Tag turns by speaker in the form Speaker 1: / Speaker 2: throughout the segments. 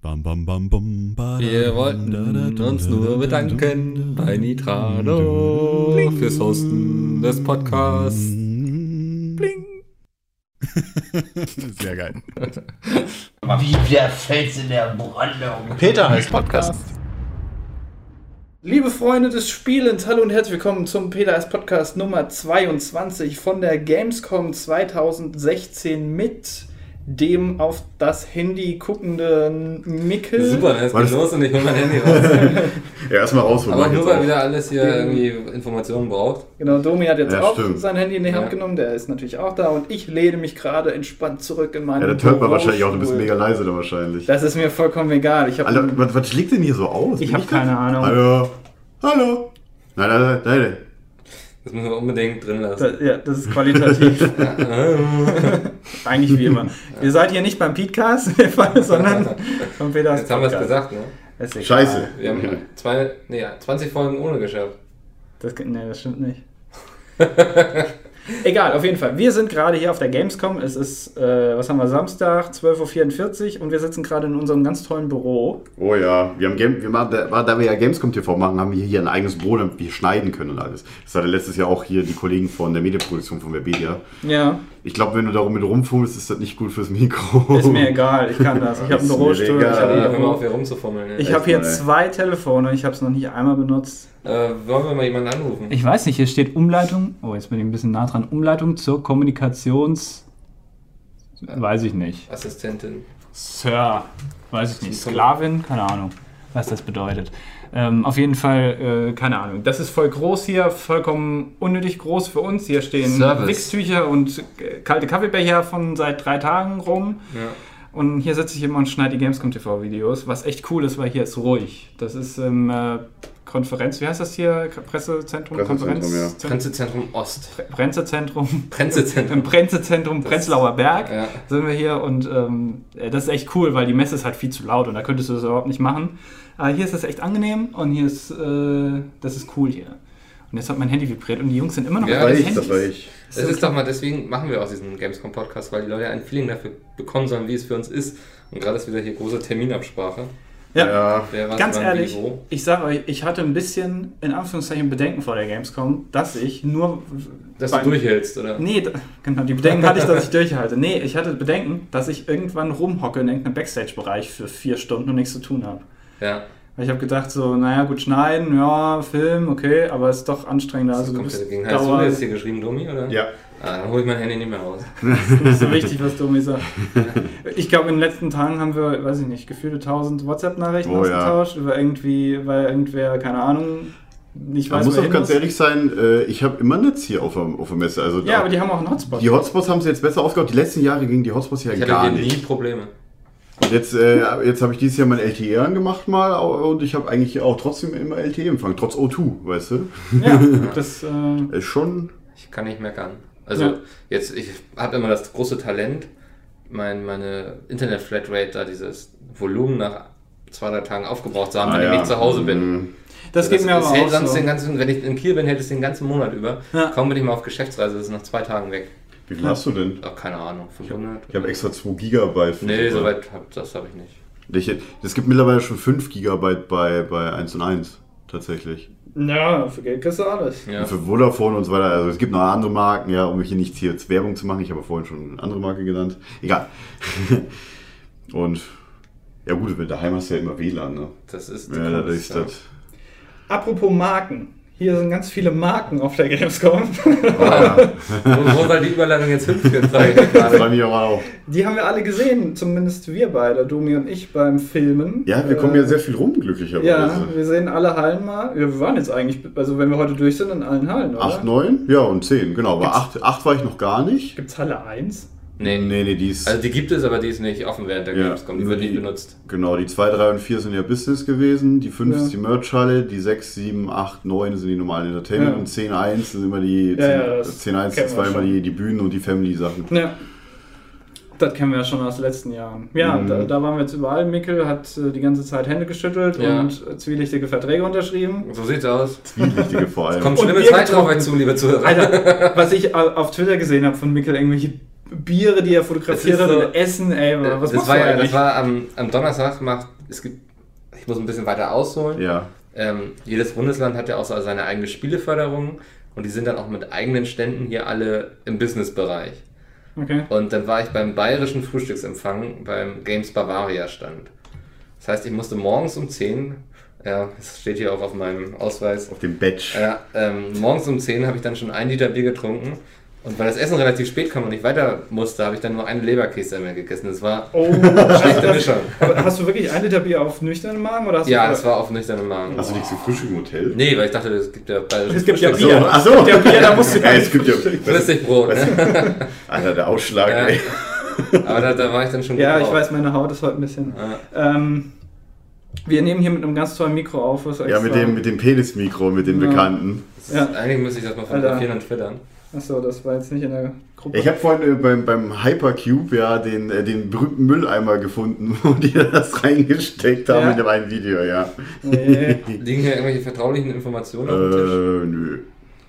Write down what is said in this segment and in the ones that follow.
Speaker 1: Bam, bam, bam, bam, ba,
Speaker 2: Wir
Speaker 1: da, da, da,
Speaker 2: wollten
Speaker 1: da,
Speaker 2: uns
Speaker 1: da, da,
Speaker 2: nur
Speaker 1: da,
Speaker 2: bedanken
Speaker 1: da,
Speaker 2: bei Nitrado fürs Hosten des Podcasts.
Speaker 1: Bling. Sehr geil.
Speaker 3: Wie der Fels in der Brandung.
Speaker 4: Peter heißt Podcast.
Speaker 5: Liebe Freunde des Spielens, hallo und herzlich willkommen zum PDS Podcast Nummer 22 von der Gamescom 2016 mit dem auf das Handy guckenden
Speaker 4: Äh,
Speaker 5: Mickel.
Speaker 2: Super, es
Speaker 6: Was?
Speaker 2: geht los und ich hol mein Handy raus.
Speaker 6: Ja, erstmal rausholen.
Speaker 2: Aber
Speaker 6: mach
Speaker 2: nur
Speaker 6: jetzt
Speaker 2: weil
Speaker 6: auch.
Speaker 2: wieder alles hier irgendwie Informationen braucht.
Speaker 5: Genau, Domi hat jetzt
Speaker 6: Ja,
Speaker 5: auch
Speaker 6: stimmt.
Speaker 5: sein Handy in die Hand
Speaker 2: Ja.
Speaker 5: genommen, der ist natürlich auch da und ich lehne mich gerade entspannt zurück in meinen
Speaker 6: Ja, das hört man wahrscheinlich auch, du bist
Speaker 5: Bürostuhl.
Speaker 6: mega leise da wahrscheinlich.
Speaker 5: Das ist mir vollkommen egal. Ich habe
Speaker 6: Alter, was, was schlägt denn hier so aus?
Speaker 4: Ich
Speaker 6: Bin
Speaker 4: hab keine
Speaker 6: das?
Speaker 4: Ahnung.
Speaker 6: Hallo? Hallo? Nein, nein, nein, nein.
Speaker 2: Das müssen wir unbedingt drin lassen.
Speaker 4: Da- Ja, das ist qualitativ. Eigentlich wie immer. Ihr seid hier nicht beim Podcast, sondern vom Peters
Speaker 2: Jetzt haben wir es
Speaker 4: Podcast.
Speaker 2: gesagt, ne?
Speaker 4: Ist egal.
Speaker 6: Scheiße.
Speaker 2: Wir haben zwei, nee, 20 Folgen ohne geschafft.
Speaker 4: Das, nee, das stimmt nicht. Egal, auf jeden Fall. Wir sind gerade hier auf der Gamescom. Es ist, äh, was haben wir, Samstag, 12.44 Uhr und wir sitzen gerade in unserem ganz tollen Büro.
Speaker 6: Oh ja, wir haben Game, wir machen, da, da wir ja Gamescom TV machen, haben wir hier ein eigenes Büro, damit wir schneiden können und alles. Das hatte letztes Jahr auch hier die Kollegen von der Medienproduktion von Webedia.
Speaker 4: Ja,
Speaker 6: Ich glaube, wenn du darum mit rumfummelst, ist das nicht gut fürs Mikro.
Speaker 4: ist mir egal, ich kann das. Ich habe einen
Speaker 6: Ist mir
Speaker 4: Bürostuhl. Ich
Speaker 2: Äh,
Speaker 6: egal. Ja.
Speaker 2: Hör mal auf,
Speaker 4: habe
Speaker 2: hier rumzufummeln.
Speaker 4: ich
Speaker 2: Ja.
Speaker 4: hab hier
Speaker 6: Echt mal, ey.
Speaker 4: zwei Telefone, ich habe es noch nicht einmal benutzt.
Speaker 2: Äh, wollen wir mal jemanden anrufen?
Speaker 4: Ich weiß nicht, hier steht Umleitung. Oh, jetzt bin ich ein bisschen nah dran. Umleitung zur Kommunikations. Weiß ich nicht.
Speaker 2: Assistentin.
Speaker 4: Sir, weiß ich nicht. Sklavin, keine Ahnung, was das bedeutet. Ähm, auf jeden Fall, äh, keine Ahnung. Das ist voll groß hier, vollkommen unnötig groß für uns. Hier stehen
Speaker 2: Service.
Speaker 4: Wichstücher und äh, kalte Kaffeebecher von seit drei Tagen rum.
Speaker 2: Ja.
Speaker 4: Und hier sitze ich immer und schneide die Gamescom TV-Videos, was echt cool ist, weil hier ist ruhig. Das ist ähm, äh, Konferenz, wie heißt das hier? K- Pressezentrum?
Speaker 6: Pressezentrum,
Speaker 4: Konferenzzentrum?
Speaker 2: Prenzezentrum Ost.
Speaker 4: Prenzezentrum? Im
Speaker 2: Prenzezentrum.
Speaker 4: Prenzezentrum Prenzlauer Berg
Speaker 2: Ja.
Speaker 4: sind wir hier und ähm, das ist echt cool, weil die Messe ist halt viel zu laut und da könntest du das überhaupt nicht machen. Aber hier ist das echt angenehm und hier ist, äh, das ist cool hier. Und jetzt hat mein Handy vibriert und die Jungs sind immer noch
Speaker 2: Ja,
Speaker 6: Das war
Speaker 4: den
Speaker 6: ich, das
Speaker 4: Handys.
Speaker 6: war ich.
Speaker 2: Das ist doch mal, deswegen machen wir auch diesen Gamescom-Podcast, weil die Leute ein Feeling dafür bekommen sollen, wie es für uns ist. Und gerade ist wieder hier große Terminabsprache.
Speaker 4: Ja.
Speaker 6: Ja.
Speaker 2: Wer was
Speaker 4: Ganz
Speaker 2: wann,
Speaker 4: ehrlich,
Speaker 2: wie, wo.
Speaker 4: ich sage euch, ich hatte ein bisschen, in Anführungszeichen, Bedenken vor der Gamescom, dass ich nur...
Speaker 2: Dass du
Speaker 4: beim-
Speaker 2: durchhältst, oder?
Speaker 4: Nee, da- genau, die Bedenken hatte ich, dass ich durchhalte. Nee, ich hatte Bedenken, dass ich irgendwann rumhocke in irgendeinem Backstage-Bereich für vier Stunden und nichts zu tun habe.
Speaker 2: Ja.
Speaker 4: Weil ich habe gedacht, so, naja, gut, schneiden, ja, Film, okay, aber ist doch anstrengender.
Speaker 2: Also
Speaker 4: Also, du
Speaker 2: kommt
Speaker 4: bist
Speaker 2: ja dagegen. Hast du
Speaker 4: dauer,
Speaker 2: das
Speaker 4: ist
Speaker 2: hier geschrieben, Domi, oder?
Speaker 6: Ja.
Speaker 2: Ah, dann hole ich mein Handy nicht mehr raus.
Speaker 4: nicht so wichtig, was Domi sagt. Ich glaube, in den letzten Tagen haben wir, weiß ich nicht, gefühlte 1000 WhatsApp-Nachrichten
Speaker 6: Oh, ja.
Speaker 4: ausgetauscht über irgendwie, weil irgendwer, keine Ahnung, nicht
Speaker 6: Man
Speaker 4: weiß,
Speaker 6: muss
Speaker 4: wohin
Speaker 6: auch ganz
Speaker 4: muss.
Speaker 6: ehrlich sein, äh, ich habe immer Netz hier auf der, auf der Messe. Also
Speaker 4: Ja, aber die haben auch einen Hotspot.
Speaker 6: Die Hotspots haben sie jetzt besser aufgebaut. Die letzten Jahre gingen die Hotspots ja
Speaker 2: Ich
Speaker 6: gar
Speaker 2: hatte hier nie
Speaker 6: nicht.
Speaker 2: Probleme.
Speaker 6: Und jetzt, äh, jetzt habe ich dieses Jahr mein LTE angemacht mal und ich habe eigentlich auch trotzdem immer LTE-Empfang, trotz O2, weißt du?
Speaker 4: ja, das, äh,
Speaker 6: Ist schon.
Speaker 2: Ich kann nicht meckern. Also
Speaker 4: Ja.
Speaker 2: jetzt, ich habe immer das große Talent, mein, meine Internet-Flatrate, da dieses Volumen nach zwei, drei Tagen aufgebraucht zu haben, wenn ich nicht zu Hause bin.
Speaker 6: Ah, Mhm.
Speaker 4: das geht mir aber
Speaker 2: hält
Speaker 4: auch
Speaker 2: sonst
Speaker 4: so.
Speaker 2: den ganzen, wenn ich in Kiel bin, hält es den ganzen Monat über.
Speaker 4: Ja.
Speaker 2: Kaum bin ich mal auf Geschäftsreise, das ist nach zwei Tagen weg.
Speaker 6: Wie viel hast du denn?
Speaker 2: Ach, keine Ahnung, 500?
Speaker 6: Ich habe extra 2 Gigabyte. für
Speaker 2: Nee,
Speaker 6: sowas.
Speaker 2: soweit hab, das habe ich nicht.
Speaker 6: Ich- Es gibt mittlerweile schon 5 Gigabyte bei, bei 1 und 1 tatsächlich.
Speaker 5: ja, für Geld kriegst du alles.
Speaker 2: Ja.
Speaker 6: Und Für Vodafone und so weiter. Also es gibt noch andere Marken, ja, um hier nicht hier jetzt Werbung zu machen. Ich habe vorhin schon eine andere Marke genannt. Egal. und ja gut, wenn daheim hast du ja immer WLAN, ne?
Speaker 2: Das ist die
Speaker 6: Ja, das
Speaker 2: Kunst,
Speaker 6: ist
Speaker 2: ja.
Speaker 6: das.
Speaker 5: Apropos Marken. Hier sind ganz viele Marken auf der Gamescom.
Speaker 2: Wo, wo soll die Überleitung jetzt hinführen, sag ich dir
Speaker 6: Das war
Speaker 2: gerade.
Speaker 6: mir aber auch.
Speaker 5: Die haben wir alle gesehen, zumindest wir beide, Domi und ich beim Filmen.
Speaker 6: Ja, wir kommen ja
Speaker 5: Äh,
Speaker 6: sehr also. viel rum, glücklicherweise.
Speaker 5: Ja, wir sehen alle Hallen mal. Ja, wir waren jetzt eigentlich, also wenn wir heute durch sind, in allen Hallen, oder?
Speaker 6: Acht, neun? Ja, und zehn, genau. Aber acht, acht war ich noch gar nicht.
Speaker 5: Gibt's Halle 1?
Speaker 2: Nee.
Speaker 6: Nee, nee, die ist.
Speaker 2: Also die gibt es, aber die ist nicht offen während der
Speaker 6: ja,
Speaker 2: Gamescom. Die
Speaker 6: nur
Speaker 2: wird nicht benutzt.
Speaker 6: Genau, die zwei, drei und vier sind ja Business gewesen. Die fünf
Speaker 5: Ja.
Speaker 6: ist die Merch-Halle. Die sechs, sieben, acht, neun sind die normalen Entertainment.
Speaker 5: Ja.
Speaker 6: Und zehn, eins sind immer die.
Speaker 5: Ja, ja, das
Speaker 6: zehn, eins,
Speaker 5: kennen wir
Speaker 6: zwei immer
Speaker 5: schon.
Speaker 6: die, die Bühnen und die Family-Sachen.
Speaker 4: Ja. Das kennen wir ja schon aus den letzten Jahren. Ja,
Speaker 6: Mhm.
Speaker 4: da, da waren wir jetzt überall. Mikkel hat äh, die ganze Zeit Hände geschüttelt
Speaker 2: Ja.
Speaker 4: und äh, zwielichtige Verträge unterschrieben.
Speaker 2: So sieht's aus.
Speaker 6: Zwielichtige vor allem.
Speaker 2: Kommt
Speaker 4: Und
Speaker 2: schlimme
Speaker 4: Bier
Speaker 2: Zeit auf
Speaker 4: getrunken.
Speaker 2: euch zu, liebe Zuhörer.
Speaker 4: Alter, was ich äh, auf Twitter gesehen habe von Mikkel, irgendwelche
Speaker 5: Biere, die er fotografiert
Speaker 2: Das
Speaker 5: hat
Speaker 2: ist so-
Speaker 5: und Essen, ey, was
Speaker 2: das
Speaker 5: machst
Speaker 2: war
Speaker 5: du
Speaker 2: ja, das
Speaker 5: eigentlich?
Speaker 2: war am, am Donnerstag macht, es gibt, ich muss ein bisschen weiter ausholen.
Speaker 6: Ja.
Speaker 2: Ähm, jedes Bundesland hat ja auch so seine eigene Spieleförderung und die sind dann auch mit eigenen Ständen hier alle im Businessbereich.
Speaker 4: Okay.
Speaker 2: Und dann war ich beim bayerischen Frühstücksempfang beim Games Bavaria Stand. Das heißt, ich musste morgens um 10, ja, das steht hier auch auf meinem Ausweis,
Speaker 6: Auf dem Batch.
Speaker 2: ja, ähm, morgens um 10 habe ich dann schon ein Liter Bier getrunken. Und weil das Essen relativ spät kam und ich weiter musste, habe ich dann nur eine Leberkäse mehr gegessen. Das war
Speaker 5: Oh,
Speaker 2: schlechte Mischung.
Speaker 5: aber hast du wirklich ein Liter Bier auf nüchternen Magen?
Speaker 4: Oh,
Speaker 5: Oder hast du
Speaker 2: Ja, das war auf nüchternen Magen.
Speaker 6: Hast du nichts zu frühstück im Hotel?
Speaker 2: Nee, weil ich dachte, es gibt ja bayerisches
Speaker 5: Es gibt ja
Speaker 2: Frühstück.
Speaker 5: Bier.
Speaker 6: Ach so.
Speaker 5: Ja, Bier, da musst du
Speaker 6: ja, es gibt ja.
Speaker 2: Flüssigbrot. Ne?
Speaker 6: Alter, der Ausschlag,
Speaker 2: Ja.
Speaker 6: ey.
Speaker 2: Aber da, da war ich dann schon
Speaker 4: Ja,
Speaker 2: gut
Speaker 4: ich
Speaker 2: drauf.
Speaker 4: weiß, meine Haut ist heute ein bisschen. Ähm, wir nehmen hier mit einem ganz tollen Mikro auf. Was
Speaker 6: Ja, mit dem, mit dem Penismikro, mit den
Speaker 4: Ja.
Speaker 6: Bekannten.
Speaker 2: Das ist-
Speaker 4: Ja.
Speaker 2: Eigentlich müsste ich das mal fotografieren und twittern.
Speaker 4: Achso, das war jetzt nicht in der Gruppe.
Speaker 6: Ich habe vorhin äh, beim, beim Hypercube ja den, äh, den berühmten Mülleimer gefunden, wo die das reingesteckt haben
Speaker 4: Ja.
Speaker 6: in dem einen Video, ja.
Speaker 4: Nee,
Speaker 2: Liegen hier irgendwelche vertraulichen Informationen auf dem Tisch,
Speaker 6: Äh, nö.
Speaker 4: äh,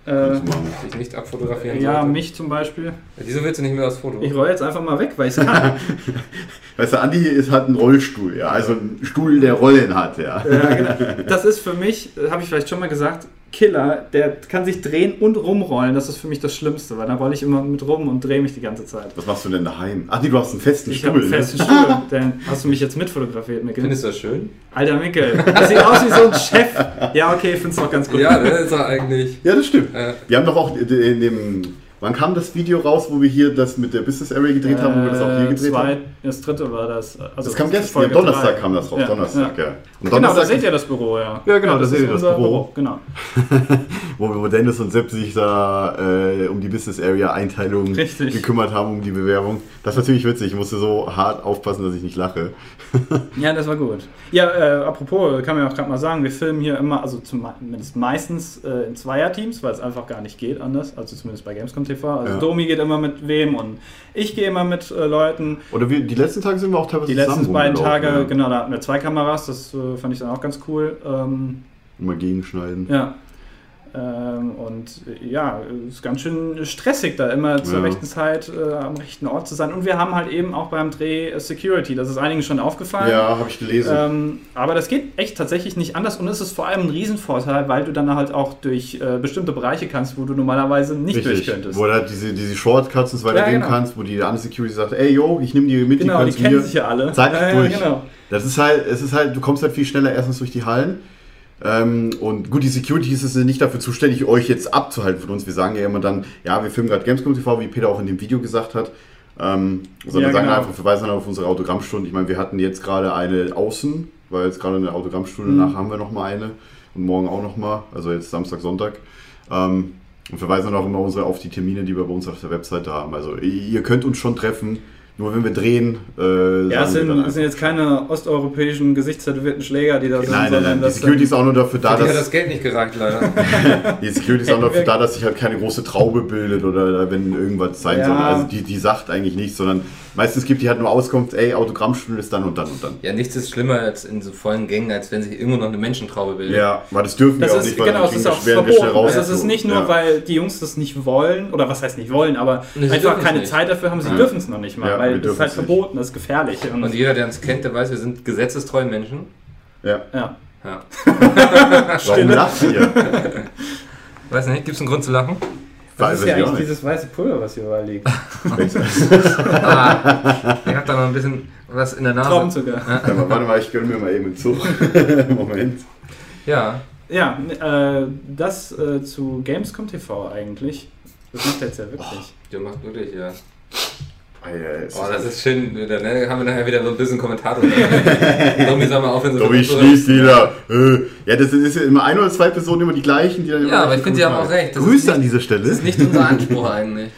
Speaker 6: Kannst du machen.
Speaker 2: die ich nicht abfotografieren
Speaker 4: ja,
Speaker 2: sollte?
Speaker 4: mich zum Beispiel.
Speaker 2: Wieso willst du nicht mehr das Foto?
Speaker 4: Ich roll jetzt einfach mal weg, weil ich kann.
Speaker 6: Weißt du, Andi ist, hat einen Rollstuhl, ja. Also einen Stuhl, der Rollen hat, ja.
Speaker 4: Ja, genau. Das ist für mich, habe ich vielleicht schon mal gesagt, Killer. Der kann sich drehen und rumrollen. Das ist für mich das Schlimmste, weil da rolle ich immer mit rum und drehe mich die ganze Zeit.
Speaker 6: Was machst du denn daheim? Ach nee, du hast einen festen
Speaker 4: Ich habe
Speaker 6: Stuhl. ne?
Speaker 4: einen festen Stuhl. Dann hast du mich jetzt mitfotografiert, Mikkel.
Speaker 2: Findest du das schön?
Speaker 4: Alter Mickel, das sieht aus wie so ein Chef. Ja, okay, ich find's noch ganz gut.
Speaker 2: Ja, das ist doch eigentlich.
Speaker 6: Ja, das stimmt.
Speaker 2: Äh,
Speaker 6: Wir haben doch auch in dem. Wann kam das Video raus, wo wir hier das mit der Business Area gedreht haben, wo wir das auch hier
Speaker 4: Äh,
Speaker 6: gedreht
Speaker 4: zwei,
Speaker 6: haben?
Speaker 4: Das dritte war das. Also
Speaker 6: Das kam
Speaker 4: ist
Speaker 6: gestern, am
Speaker 4: Folge
Speaker 6: Donnerstag
Speaker 4: drei.
Speaker 6: kam das raus,
Speaker 4: Ja,
Speaker 6: Donnerstag,
Speaker 4: ja.
Speaker 6: ja. Und
Speaker 4: Genau, da
Speaker 6: Donnerstag,
Speaker 4: seht ihr das Büro, ja.
Speaker 6: Ja, genau, da seht
Speaker 4: ist
Speaker 6: ihr das
Speaker 4: unser
Speaker 6: Büro.
Speaker 4: Genau.
Speaker 6: wo, wo Dennis und Sepp sich da äh, um die Business Area Einteilung
Speaker 4: Richtig.
Speaker 6: gekümmert haben, um die Bewerbung. Das ist natürlich witzig, ich musste so hart aufpassen, dass ich nicht lache.
Speaker 4: Ja, das war gut. Ja, äh, apropos, kann man ja auch gerade mal sagen, wir filmen hier immer, also zumindest meistens äh, in Zweierteams, weil es einfach gar nicht geht anders, also zumindest bei Gamescom TV. Also
Speaker 6: Ja.
Speaker 4: Domi geht immer mit wem und ich gehe immer mit äh, Leuten.
Speaker 6: Oder wir, die letzten Tage sind wir auch teilweise
Speaker 4: Die letzten
Speaker 6: zusammen
Speaker 4: beiden
Speaker 6: rumgelaufen,
Speaker 4: Tage,
Speaker 6: ja.
Speaker 4: genau, da hatten wir zwei Kameras, das äh, fand ich dann auch ganz cool. Ähm,
Speaker 6: Immer gegenschneiden.
Speaker 4: Ja. Ähm, und äh, ja, es ist ganz schön stressig, da immer zur
Speaker 6: Ja.
Speaker 4: rechten Zeit äh, am rechten Ort zu sein. Und wir haben halt eben auch beim Dreh äh, Security, das ist einigen schon aufgefallen.
Speaker 6: habe ich gelesen.
Speaker 4: Ähm, aber das geht echt tatsächlich nicht anders und es ist vor allem ein Riesenvorteil, weil du dann halt auch durch äh, bestimmte Bereiche kannst, wo du normalerweise nicht durch könntest.
Speaker 6: Wo er halt diese, diese Shortcuts und so weiter
Speaker 4: Ja,
Speaker 6: geben
Speaker 4: genau.
Speaker 6: kannst, wo die andere Security sagt, ey yo, ich nehme die mit,
Speaker 4: Genau,
Speaker 6: können
Speaker 4: die
Speaker 6: zu
Speaker 4: kennen
Speaker 6: mir.
Speaker 4: sich ja alle.
Speaker 6: Zack,
Speaker 4: ja, ja,
Speaker 6: durch.
Speaker 4: Genau.
Speaker 6: Das ist halt, es ist halt, du kommst halt viel schneller erstens durch die Hallen. Ähm, und gut, die Securities sind nicht dafür zuständig, euch jetzt abzuhalten von uns. Wir sagen ja immer dann, ja, wir filmen gerade Gamescom TV, wie Peter auch in dem Video gesagt hat. Ähm, sondern
Speaker 4: Ja,
Speaker 6: sagen
Speaker 4: genau.
Speaker 6: einfach, verweisen dann auf unsere Autogrammstunde. Ich meine, wir hatten jetzt gerade eine außen, weil jetzt gerade eine Autogrammstunde,
Speaker 4: Mhm.
Speaker 6: danach haben wir nochmal eine und morgen auch nochmal, also jetzt Samstag, Sonntag. Ähm, und verweisen dann auch immer unsere, auf die Termine, die wir bei uns auf der Webseite haben. Also ihr könnt uns schon treffen, nur wenn wir drehen. Äh,
Speaker 4: Ja, es
Speaker 6: sagen wir dann
Speaker 4: sind,
Speaker 6: einfach.
Speaker 4: es sind jetzt keine osteuropäischen gesichtstätowierten Schläger, die da sind,
Speaker 6: Nein, nein,
Speaker 4: sondern
Speaker 6: nein. Die
Speaker 4: das
Speaker 6: Security ist auch nur dafür da,
Speaker 2: die hat das
Speaker 6: dass,
Speaker 2: Geld nicht gereicht, leider.
Speaker 6: die Security ist auch nur dafür da, dass sich halt keine große Traube bildet oder wenn irgendwas sein
Speaker 4: Ja.
Speaker 6: soll. Also die, die sagt eigentlich nichts, sondern meistens gibt die halt nur Auskunft, ey, Autogrammstunde ist dann und dann und dann.
Speaker 2: ja, nichts ist schlimmer als in so vollen Gängen, als wenn sich irgendwo noch eine Menschentraube bildet.
Speaker 6: Ja, weil das dürfen
Speaker 4: Das
Speaker 6: wir auch
Speaker 4: ist,
Speaker 6: nicht, weil
Speaker 4: genau,
Speaker 6: dann
Speaker 4: es
Speaker 6: kriegen
Speaker 4: ist
Speaker 6: wir
Speaker 4: auch
Speaker 6: schweren wir schnell
Speaker 4: verboten.
Speaker 6: raus.
Speaker 4: Also es ist nicht nur,
Speaker 6: ja.
Speaker 4: weil die Jungs das nicht wollen, oder was heißt nicht wollen, aber
Speaker 2: Nee, sie
Speaker 4: einfach
Speaker 2: dürfen's
Speaker 4: keine
Speaker 2: nicht.
Speaker 4: Zeit dafür haben, sie dürfen es noch nicht mal,
Speaker 6: Ja, wir
Speaker 4: weil das ist
Speaker 6: dürfen's
Speaker 4: halt
Speaker 6: nicht.
Speaker 4: verboten, das ist gefährlich. Und,
Speaker 2: Und jeder, der uns kennt, der weiß, wir sind gesetzestreue Menschen.
Speaker 6: Ja.
Speaker 4: ja.
Speaker 2: Ja.
Speaker 6: Warum lacht ihr?
Speaker 2: Weiß nicht, gibt es einen Grund zu lachen?
Speaker 6: Weiß ich auch nicht.
Speaker 4: dieses weiße Pulver, was hier überall
Speaker 2: Also
Speaker 4: liegt?
Speaker 2: Ah, ich hab da noch ein bisschen was in der Nase.
Speaker 4: Traubenzucker.
Speaker 6: Ja, aber Warte mal, ich gönne mir mal eben einen Zug. Moment.
Speaker 2: Ja,
Speaker 4: Ja, äh, das äh, zu Gamescom TV eigentlich. Das macht er jetzt ja wirklich.
Speaker 6: Oh.
Speaker 2: der macht wirklich, ja.
Speaker 6: Alter, es
Speaker 2: Oh,
Speaker 6: ist-
Speaker 2: das ist schön wieder, ne? Haben wir nachher wieder so ein bisschen Kommentar drüber. Tommy, sag mal aufhören, so
Speaker 6: Doch, ich schließ wieder. Äh, Ja, das ist ja immer ein oder zwei Personen immer die gleichen, die dann immer
Speaker 2: Ja, aber
Speaker 6: gleich
Speaker 2: ich finde, die haben
Speaker 6: Kommentare.
Speaker 2: auch recht. Das ist
Speaker 6: Grüße
Speaker 2: nicht-
Speaker 6: an dieser Stelle.
Speaker 2: Das ist nicht unser Anspruch eigentlich.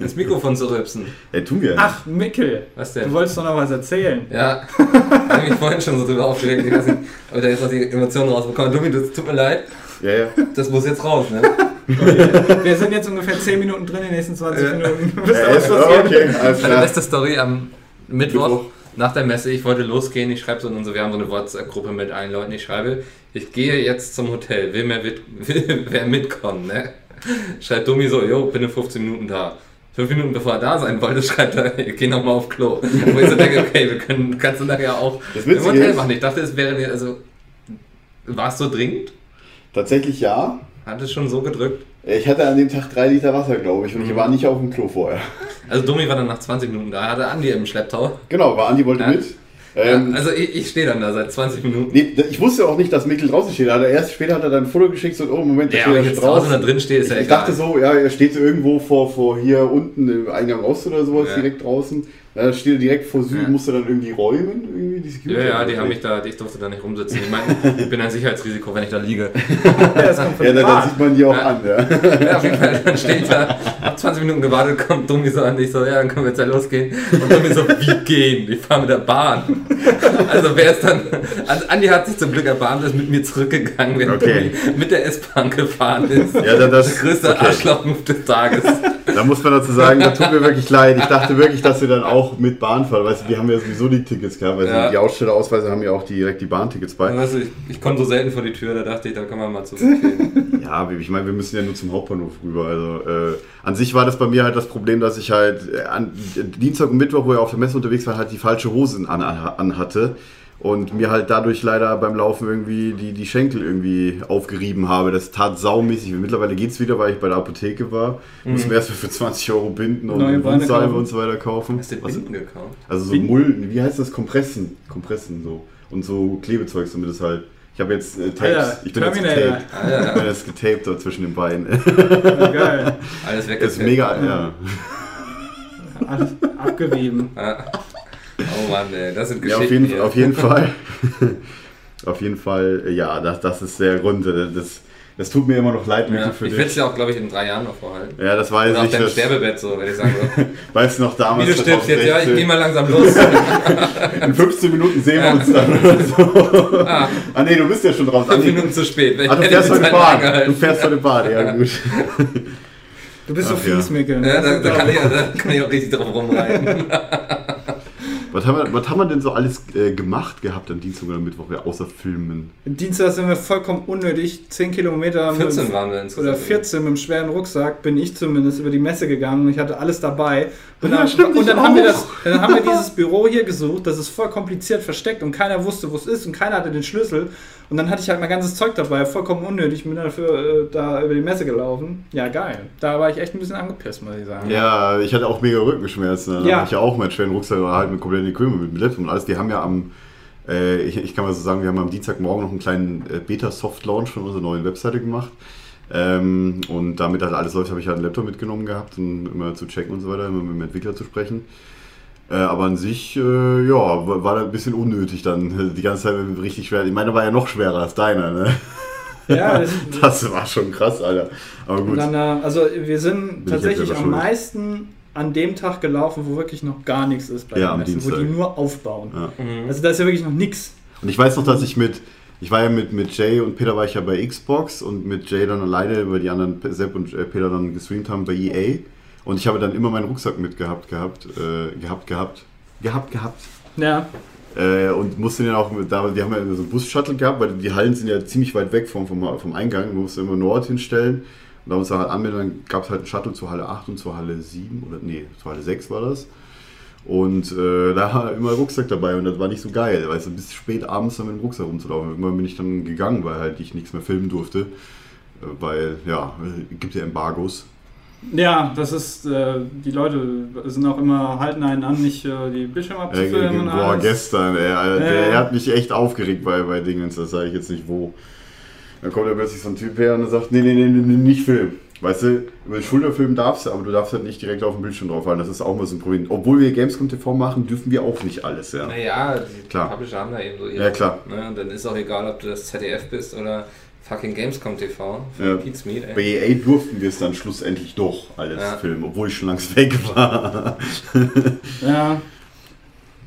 Speaker 2: Ins Mikrofon zu rübsen.
Speaker 6: Ey, tun wir.
Speaker 4: Ach, Mickel,
Speaker 2: Was
Speaker 4: du
Speaker 2: denn?
Speaker 4: wolltest doch noch was erzählen.
Speaker 2: Ja, hab mich vorhin schon so drüber aufgeregt, ich weiß nicht, ob ich da jetzt noch die Emotionen rausbekomme. Tommy, das tut mir leid,
Speaker 6: Ja, ja.
Speaker 2: das muss jetzt raus, ne?
Speaker 4: Wir sind jetzt ungefähr 10 Minuten drin, in den nächsten 20
Speaker 2: Ja.
Speaker 4: Minuten.
Speaker 6: Ja, ja, Äh, okay, alles
Speaker 2: Meine
Speaker 6: klar.
Speaker 2: beste Also Story am Mittwoch,
Speaker 6: Mittwoch.
Speaker 2: nach der Messe. Ich wollte losgehen, ich schreibe so in unsere, wir haben so eine WhatsApp-Gruppe mit allen Leuten. Ich schreibe, ich gehe jetzt zum Hotel, will, mehr mit, will wer mitkommen, ne? Schreibt Domi so, jo, bin in 15 Minuten da. Fünf Minuten bevor er da sein wollte, schreibt er, geh nochmal auf Klo. Wo ich so denke, okay, wir können, kannst du nachher auch
Speaker 6: Das
Speaker 2: im
Speaker 6: Witzige
Speaker 2: Hotel
Speaker 6: ist-
Speaker 2: machen. Ich dachte, es wäre mir, also, war es so dringend?
Speaker 6: Tatsächlich ja.
Speaker 2: Hat es schon so gedrückt?
Speaker 6: Ich hatte an dem Tag drei Liter Wasser, glaube ich, und
Speaker 2: Mhm.
Speaker 6: ich war nicht auf dem Klo vorher. Also,
Speaker 2: Also, Domi war dann nach 20 Minuten da, hatte Andi im Schlepptau.
Speaker 6: genau, war Andi wollte
Speaker 2: Ja.
Speaker 6: mit. Ähm,
Speaker 2: ja, also, ich, ich stehe dann da seit 20 Minuten.
Speaker 6: nee, ich wusste auch nicht, dass Mikkel draußen steht. Also erst später hat er dann ein Foto geschickt und oh, Moment, da
Speaker 2: Ja,
Speaker 6: steht
Speaker 2: ob
Speaker 6: er
Speaker 2: ich
Speaker 6: schon
Speaker 2: jetzt draußen oder drin stehe, ist ja
Speaker 6: ich
Speaker 2: egal.
Speaker 6: dachte so, ja, er steht irgendwo vor, vor hier unten im Eingang raus oder sowas,
Speaker 2: Ja.
Speaker 6: direkt draußen. Dann steht er direkt vor Süden,
Speaker 2: Ja.
Speaker 6: musste dann irgendwie räumen, irgendwie die Security.
Speaker 2: Ja, ja, die haben mich da, ich durfte da nicht rumsitzen. Ich meine, ich bin ein Sicherheitsrisiko, wenn ich da liege.
Speaker 5: das kommt von
Speaker 6: Ja, dann,
Speaker 4: Ah,
Speaker 6: dann
Speaker 5: Bart.
Speaker 6: sieht man die auch
Speaker 2: Ja.
Speaker 6: an, ja.
Speaker 2: Ja, auf jeden Fall, dann stehe ich da, hab 20 Minuten gewartet, kommt Domi so an, ich so, ja, dann können wir jetzt ja losgehen. Und Domi so, wie gehen? Ich fahre mit der Bahn. Also wer ist dann, also Andi hat sich zum Glück erbarmt, ist mit mir zurückgegangen, während
Speaker 6: Okay.
Speaker 2: Domi mit der S-Bahn gefahren ist.
Speaker 6: Ja, dann das-
Speaker 2: der größte
Speaker 6: okay.
Speaker 2: Arschlochmove des Tages.
Speaker 6: Da muss man dazu sagen, da tut mir wirklich leid. Ich dachte wirklich, dass wir dann auch mit Bahn fahren. Weißt du, die haben ja sowieso die Tickets gehabt. Weil
Speaker 2: Ja.
Speaker 6: die Ausstellerausweise haben ja auch die, direkt die Bahntickets bei.
Speaker 2: Und weißt du, ich, ich komme so selten vor die Tür, da dachte ich, da kann man mal zurückgehen.
Speaker 6: Ja, ich meine, wir müssen ja nur zum Hauptbahnhof rüber. Also äh, an sich war das bei mir halt das Problem, dass ich halt äh, an Dienstag und Mittwoch, wo ich auf der Messe unterwegs war, halt die falsche Hosen an, an hatte und mir halt dadurch leider beim Laufen irgendwie die, die Schenkel irgendwie aufgerieben habe. Das tat saumäßig. Mittlerweile geht's wieder, weil ich bei der Apotheke war.
Speaker 2: Mhm.
Speaker 6: Muss mir erstmal für 20 Euro binden und
Speaker 5: Neue Beine
Speaker 6: Wundsalbe
Speaker 5: kaufen.
Speaker 6: und so weiter kaufen.
Speaker 2: Hast du den
Speaker 6: Was-
Speaker 2: Binden gekauft?
Speaker 6: also so Mulden, wie heißt das? Kompressen. Kompressen so. Und so Klebezeug, damit es halt. Ich habe jetzt äh, Tapes.
Speaker 4: Alter,
Speaker 6: ich bin jetzt
Speaker 4: Terminator.
Speaker 6: getaped.
Speaker 2: Ah,
Speaker 6: Ich bin jetzt getaped da zwischen den Beinen.
Speaker 4: Geil.
Speaker 2: Alles weg.
Speaker 6: Das ist mega, ja.
Speaker 4: Alles abgerieben.
Speaker 2: Oh Mann, ey, das sind
Speaker 6: ja
Speaker 2: Geschichten
Speaker 6: auf, jeden,
Speaker 2: hier.
Speaker 6: auf jeden Fall. auf jeden Fall, äh, ja, das, das ist der Grund. äh, Das, das tut mir immer noch leid, Mikkel,
Speaker 2: Ja,
Speaker 6: für
Speaker 2: ich werde es
Speaker 6: dich.
Speaker 2: ja auch, glaube ich, in drei Jahren noch vorhalten.
Speaker 6: Ja, das weiß
Speaker 2: Oder auf
Speaker 6: ich.
Speaker 2: deinem
Speaker 6: Das,
Speaker 2: Sterbebett so, wenn ich sagen würde.
Speaker 6: weißt du noch
Speaker 2: Wie
Speaker 6: damals?
Speaker 2: du stirbst jetzt, ja, ich gehe
Speaker 6: 2016?
Speaker 2: mal langsam los.
Speaker 6: In 15 Minuten sehen wir uns dann oder so.
Speaker 2: Ah,
Speaker 6: Ah, nee, du bist ja schon drauf. Ah,
Speaker 2: fünf
Speaker 6: nee,
Speaker 2: Minuten zu spät. Ich
Speaker 6: ah, du
Speaker 2: hätte
Speaker 6: fährst
Speaker 2: die
Speaker 6: heute
Speaker 2: Zeit
Speaker 6: Bahn. Du
Speaker 2: angehalten.
Speaker 6: fährst heute Bahn, ja, gut.
Speaker 5: Du bist so
Speaker 6: Ach ja.
Speaker 5: fies, Mikkel.
Speaker 2: Ja, da, da, kann ich, da kann ich auch richtig drauf rumreiten.
Speaker 6: Was haben, wir, was haben wir denn so alles äh, gemacht gehabt am Dienstag oder Mittwoch, ja, außer Filmen?
Speaker 5: Dienstag sind wir vollkommen unnötig. 10 Kilometer mit-
Speaker 2: 14 waren wir insgesamt.
Speaker 5: oder 14 mit einem schweren Rucksack bin ich zumindest über die Messe gegangen. Ich hatte alles dabei. Und
Speaker 6: Ja,
Speaker 5: dann,
Speaker 6: stimmt,
Speaker 5: und dann
Speaker 6: ich
Speaker 5: haben wir
Speaker 6: auch.
Speaker 5: das, dann haben wir dieses Büro hier gesucht. Das ist voll kompliziert versteckt und keiner wusste, wo es ist und keiner hatte den Schlüssel. Und dann hatte ich halt mein ganzes Zeug dabei, vollkommen unnötig. Bin dafür äh, da über die Messe gelaufen. Ja, geil. Da war ich echt ein bisschen angepisst, muss ich sagen.
Speaker 6: Ja, ich hatte auch mega Rückenschmerzen. Dann
Speaker 5: Ja.
Speaker 6: habe ich ja auch meinen schweren Rucksack oder halt mit kompletten Equipment, mit Laptop und alles. Die haben ja am, äh, ich, ich kann mal so sagen, wir haben am Dienstagmorgen noch einen kleinen äh, Beta-Soft-Launch von unserer neuen Webseite gemacht. Ähm, und damit halt alles läuft, habe ich halt einen Laptop mitgenommen gehabt, um immer zu checken und so weiter, immer mit dem Entwickler zu sprechen. Äh, aber an sich, äh, ja, war, war da ein bisschen unnötig dann. Die ganze Zeit richtig schwer. Ich meine, war ja noch schwerer als deiner, ne?
Speaker 5: Ja, das,
Speaker 6: Das war schon krass, Alter. Aber gut.
Speaker 5: Und dann, äh, also wir sind
Speaker 6: ich jetzt
Speaker 5: tatsächlich
Speaker 6: selber
Speaker 5: am
Speaker 6: schuld.
Speaker 5: meisten an dem Tag gelaufen, wo wirklich noch gar nichts ist bei
Speaker 6: Ja,
Speaker 5: den
Speaker 6: am
Speaker 5: Messen, wo
Speaker 6: Dienstag.
Speaker 5: die nur aufbauen.
Speaker 6: Ja.
Speaker 5: Also da ist ja wirklich noch nichts.
Speaker 6: Und ich weiß noch, dass ich mit, ich war ja mit, mit Jay und Peter war ich ja bei Xbox und mit Jay dann alleine, weil die anderen Sepp und äh, Peter dann gestreamt haben bei EA. Und ich habe dann immer meinen Rucksack mitgehabt, gehabt, äh, gehabt, gehabt, gehabt, gehabt.
Speaker 5: Ja,
Speaker 6: Äh, und musste dann auch, mit, da, wir haben ja immer so einen Bus-Shuttle gehabt, weil die Hallen sind ja ziemlich weit weg vom, vom, vom Eingang. Man musste immer Nord hinstellen. Und da haben wir uns dann halt anmelden, dann gab es halt einen Shuttle zur Halle 8 und zur Halle 7 oder nee, zur Halle 6 war das. Und äh, da war immer Rucksack dabei und das war nicht so geil, weißt du, bis spät abends dann mit dem Rucksack rumzulaufen. Irgendwann bin ich dann gegangen, weil halt ich nichts mehr filmen durfte. Äh, Weil, ja, äh, gibt ja Embargos.
Speaker 4: Ja, das ist, äh, die Leute sind auch immer, halten einen an, nicht äh, die Bildschirme
Speaker 6: Äh,
Speaker 4: abzufilmen und
Speaker 6: boah,
Speaker 4: alles.
Speaker 6: gestern, ey, Alter,
Speaker 4: Ja.
Speaker 6: der hat mich echt aufgeregt bei, bei Dingens, das sage ich jetzt nicht wo. Dann kommt ja plötzlich so ein Typ her und sagt, nee, nee, nee, nee, nee, nicht filmen. Weißt du, über den Schulter filmen darfst du, aber du darfst halt nicht direkt auf dem Bildschirm draufhalten. Das ist auch mal so ein Problem. Obwohl wir Gamescom TV machen, dürfen wir auch nicht alles, ja.
Speaker 2: Naja, die
Speaker 6: Klar.
Speaker 2: Publisher haben da eben so ihre.
Speaker 6: Ja, klar.
Speaker 2: Ne? Und dann ist auch egal, ob du das ZDF bist oder fucking Gamescom TV.
Speaker 6: Ja.
Speaker 2: Fucking Pete's Meat,
Speaker 6: Bei
Speaker 2: ey.
Speaker 6: EA durften wir es dann schlussendlich doch alles
Speaker 2: Ja.
Speaker 6: filmen, obwohl ich schon langs weg war.
Speaker 4: Ja,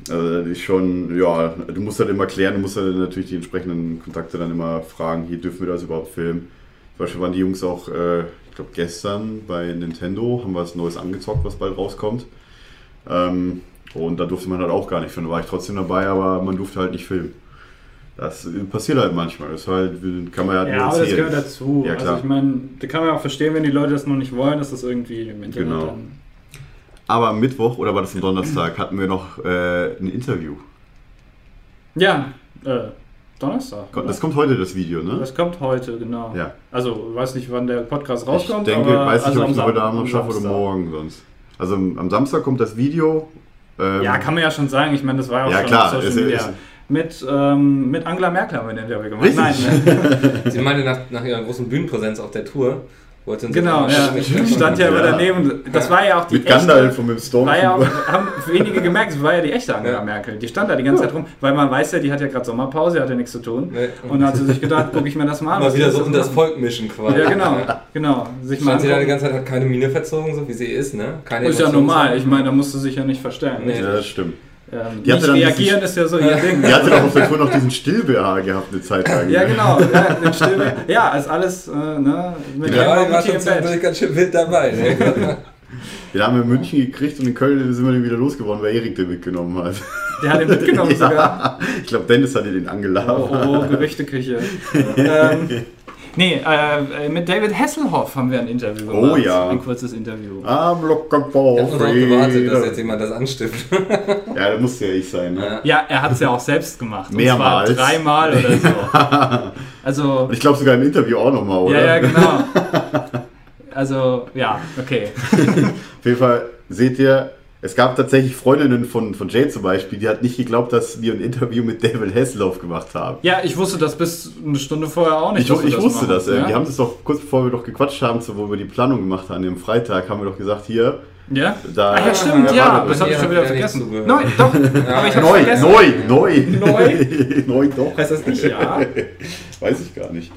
Speaker 6: Also das ist schon, ja, du musst halt immer klären, du musst halt natürlich die entsprechenden Kontakte dann immer fragen, hier dürfen wir das überhaupt filmen. Zum Beispiel waren die Jungs auch, äh, ich glaube gestern bei Nintendo, haben was Neues angezockt, was bald rauskommt. Ähm, und da durfte man halt auch gar nicht filmen, da war ich trotzdem dabei, aber man durfte halt nicht filmen. Das äh, passiert halt manchmal, das ist halt, kann man halt
Speaker 4: ja
Speaker 6: nur
Speaker 4: aber das
Speaker 6: erzählen.
Speaker 4: gehört dazu.
Speaker 6: Ja, klar.
Speaker 4: Also ich meine, da kann man auch verstehen, wenn die Leute das noch nicht wollen, dass das irgendwie im Internet
Speaker 6: Genau.
Speaker 4: dann
Speaker 6: Aber am Mittwoch oder war das am Donnerstag hatten wir noch äh, ein Interview.
Speaker 4: Ja, äh, Donnerstag. oder?
Speaker 6: Das kommt heute das Video, ne?
Speaker 4: Das kommt heute, genau.
Speaker 6: Ja.
Speaker 4: Also, weiß nicht, wann der Podcast
Speaker 6: Ich
Speaker 4: rauskommt.
Speaker 6: denke,
Speaker 4: aber
Speaker 6: weiß nicht,
Speaker 4: also
Speaker 6: ob ich es
Speaker 4: am
Speaker 6: heute
Speaker 4: Sam-
Speaker 6: Abend noch
Speaker 4: am
Speaker 6: schaffe oder
Speaker 4: Samstag.
Speaker 6: morgen sonst. Also am am Samstag kommt das Video. ähm,
Speaker 4: Ja, kann man ja schon sagen. Ich meine, das war ja auch
Speaker 6: Ja,
Speaker 4: schon
Speaker 6: klar,
Speaker 4: auf Social
Speaker 6: ist-
Speaker 4: Media.
Speaker 6: ist-
Speaker 4: mit, ähm, mit Angela Merkel haben wir den Interview gemacht.
Speaker 6: Richtig.
Speaker 4: Nein, ne?
Speaker 2: Sie meinte nach, nach ihrer großen Bühnenpräsenz auf der Tour, wollte uns
Speaker 4: genau.
Speaker 2: jetzt
Speaker 4: Ja,
Speaker 2: auch-
Speaker 4: ich stand ja immer
Speaker 6: Ja.
Speaker 4: daneben. Das war ja auch die
Speaker 6: mit
Speaker 4: echte-
Speaker 6: Gandalf und mit dem Storm.
Speaker 4: War ja auch, haben wenige gemerkt, es war ja die echte Angela
Speaker 2: Ja.
Speaker 4: Merkel. Die stand da die ganze Zeit rum, weil man weiß ja, die hat ja gerade Sommerpause, hat ja nichts zu tun.
Speaker 2: Nee.
Speaker 4: Und dann hat sie sich gedacht, gucke ich mir das mal an.
Speaker 2: Mal
Speaker 4: was
Speaker 2: wieder
Speaker 4: ist
Speaker 2: so
Speaker 4: das
Speaker 2: unter das
Speaker 4: denn?
Speaker 2: Volk mischen quasi.
Speaker 4: Ja, genau, genau. Sich mal
Speaker 2: Stand sie da die
Speaker 4: angucken.
Speaker 2: ganze Zeit, hat keine Miene verzogen, so wie sie ist, ne? Keine
Speaker 4: Ist ja
Speaker 2: Emotionen
Speaker 4: normal,
Speaker 2: zeigen.
Speaker 4: ich meine, da musst du sich ja nicht verstellen.
Speaker 2: Nee.
Speaker 6: ja, das stimmt.
Speaker 4: Ähm,
Speaker 6: Die
Speaker 4: nicht
Speaker 6: hatte dann
Speaker 4: reagieren
Speaker 6: diesen-
Speaker 4: ist ja so ihr Ding.
Speaker 6: Die hatte doch auf der Tour noch diesen Still-BH gehabt eine Zeit lang.
Speaker 4: Ja,
Speaker 6: ne?
Speaker 4: genau. Ja, den Stimme. ja ist alles äh, ne, mit
Speaker 2: Ja,
Speaker 4: Emma
Speaker 2: die war
Speaker 4: Mutti
Speaker 2: schon
Speaker 4: im Bett.
Speaker 2: zwischendurch ganz schön wild dabei. Ne?
Speaker 6: Den haben wir in München gekriegt und in Köln sind wir den wieder losgeworden, weil Erik den mitgenommen hat.
Speaker 4: Der hat ihn mitgenommen sogar.
Speaker 6: Ich glaube, Dennis hatte den angeladen.
Speaker 4: Oh, oh, oh Gerüchteküche. ähm, nee, äh, mit David Hasselhoff haben wir ein Interview
Speaker 6: Oh
Speaker 4: gemacht.
Speaker 6: ja.
Speaker 4: Ein kurzes Interview.
Speaker 6: Am
Speaker 2: Ich
Speaker 6: Lockerbau.
Speaker 2: hab nur darauf gewartet, dass jetzt jemand das anstiftet.
Speaker 6: Ja, das musste ja ich sein. Ne?
Speaker 2: Ja.
Speaker 4: Ja, er hat es ja auch selbst gemacht.
Speaker 6: Mehrmals.
Speaker 4: Und zwar dreimal oder so. Also,
Speaker 6: Und ich glaube sogar im Interview auch nochmal, oder?
Speaker 4: ja, ja, genau. Also, ja, okay.
Speaker 6: Auf jeden Fall seht ihr, es gab tatsächlich Freundinnen von, von Jay zum Beispiel, die hat nicht geglaubt, dass wir ein Interview mit David Hasselhoff gemacht haben.
Speaker 4: Ja, ich wusste das bis eine Stunde vorher auch nicht.
Speaker 6: Ich,
Speaker 4: dass wir
Speaker 6: ich wusste
Speaker 4: machen.
Speaker 6: das. Äh,
Speaker 4: ja?
Speaker 6: Wir haben das doch kurz bevor wir doch gequatscht haben, so, wo wir die Planung gemacht haben, am Freitag, haben wir doch gesagt, hier,
Speaker 4: Ja?
Speaker 6: da.
Speaker 4: Ach ja, stimmt,
Speaker 2: Ja,
Speaker 4: ja.
Speaker 2: warte,
Speaker 4: Das habe ich
Speaker 2: ihr habt
Speaker 4: schon wieder
Speaker 2: ja nicht
Speaker 4: vergessen.
Speaker 2: zugehört.
Speaker 4: Nein, doch. Aber ich habe
Speaker 6: Neu,
Speaker 4: vergessen.
Speaker 6: neu, neu.
Speaker 4: Neu?
Speaker 6: neu doch.
Speaker 4: Heißt das nicht ja?
Speaker 6: Weiß ich gar nicht.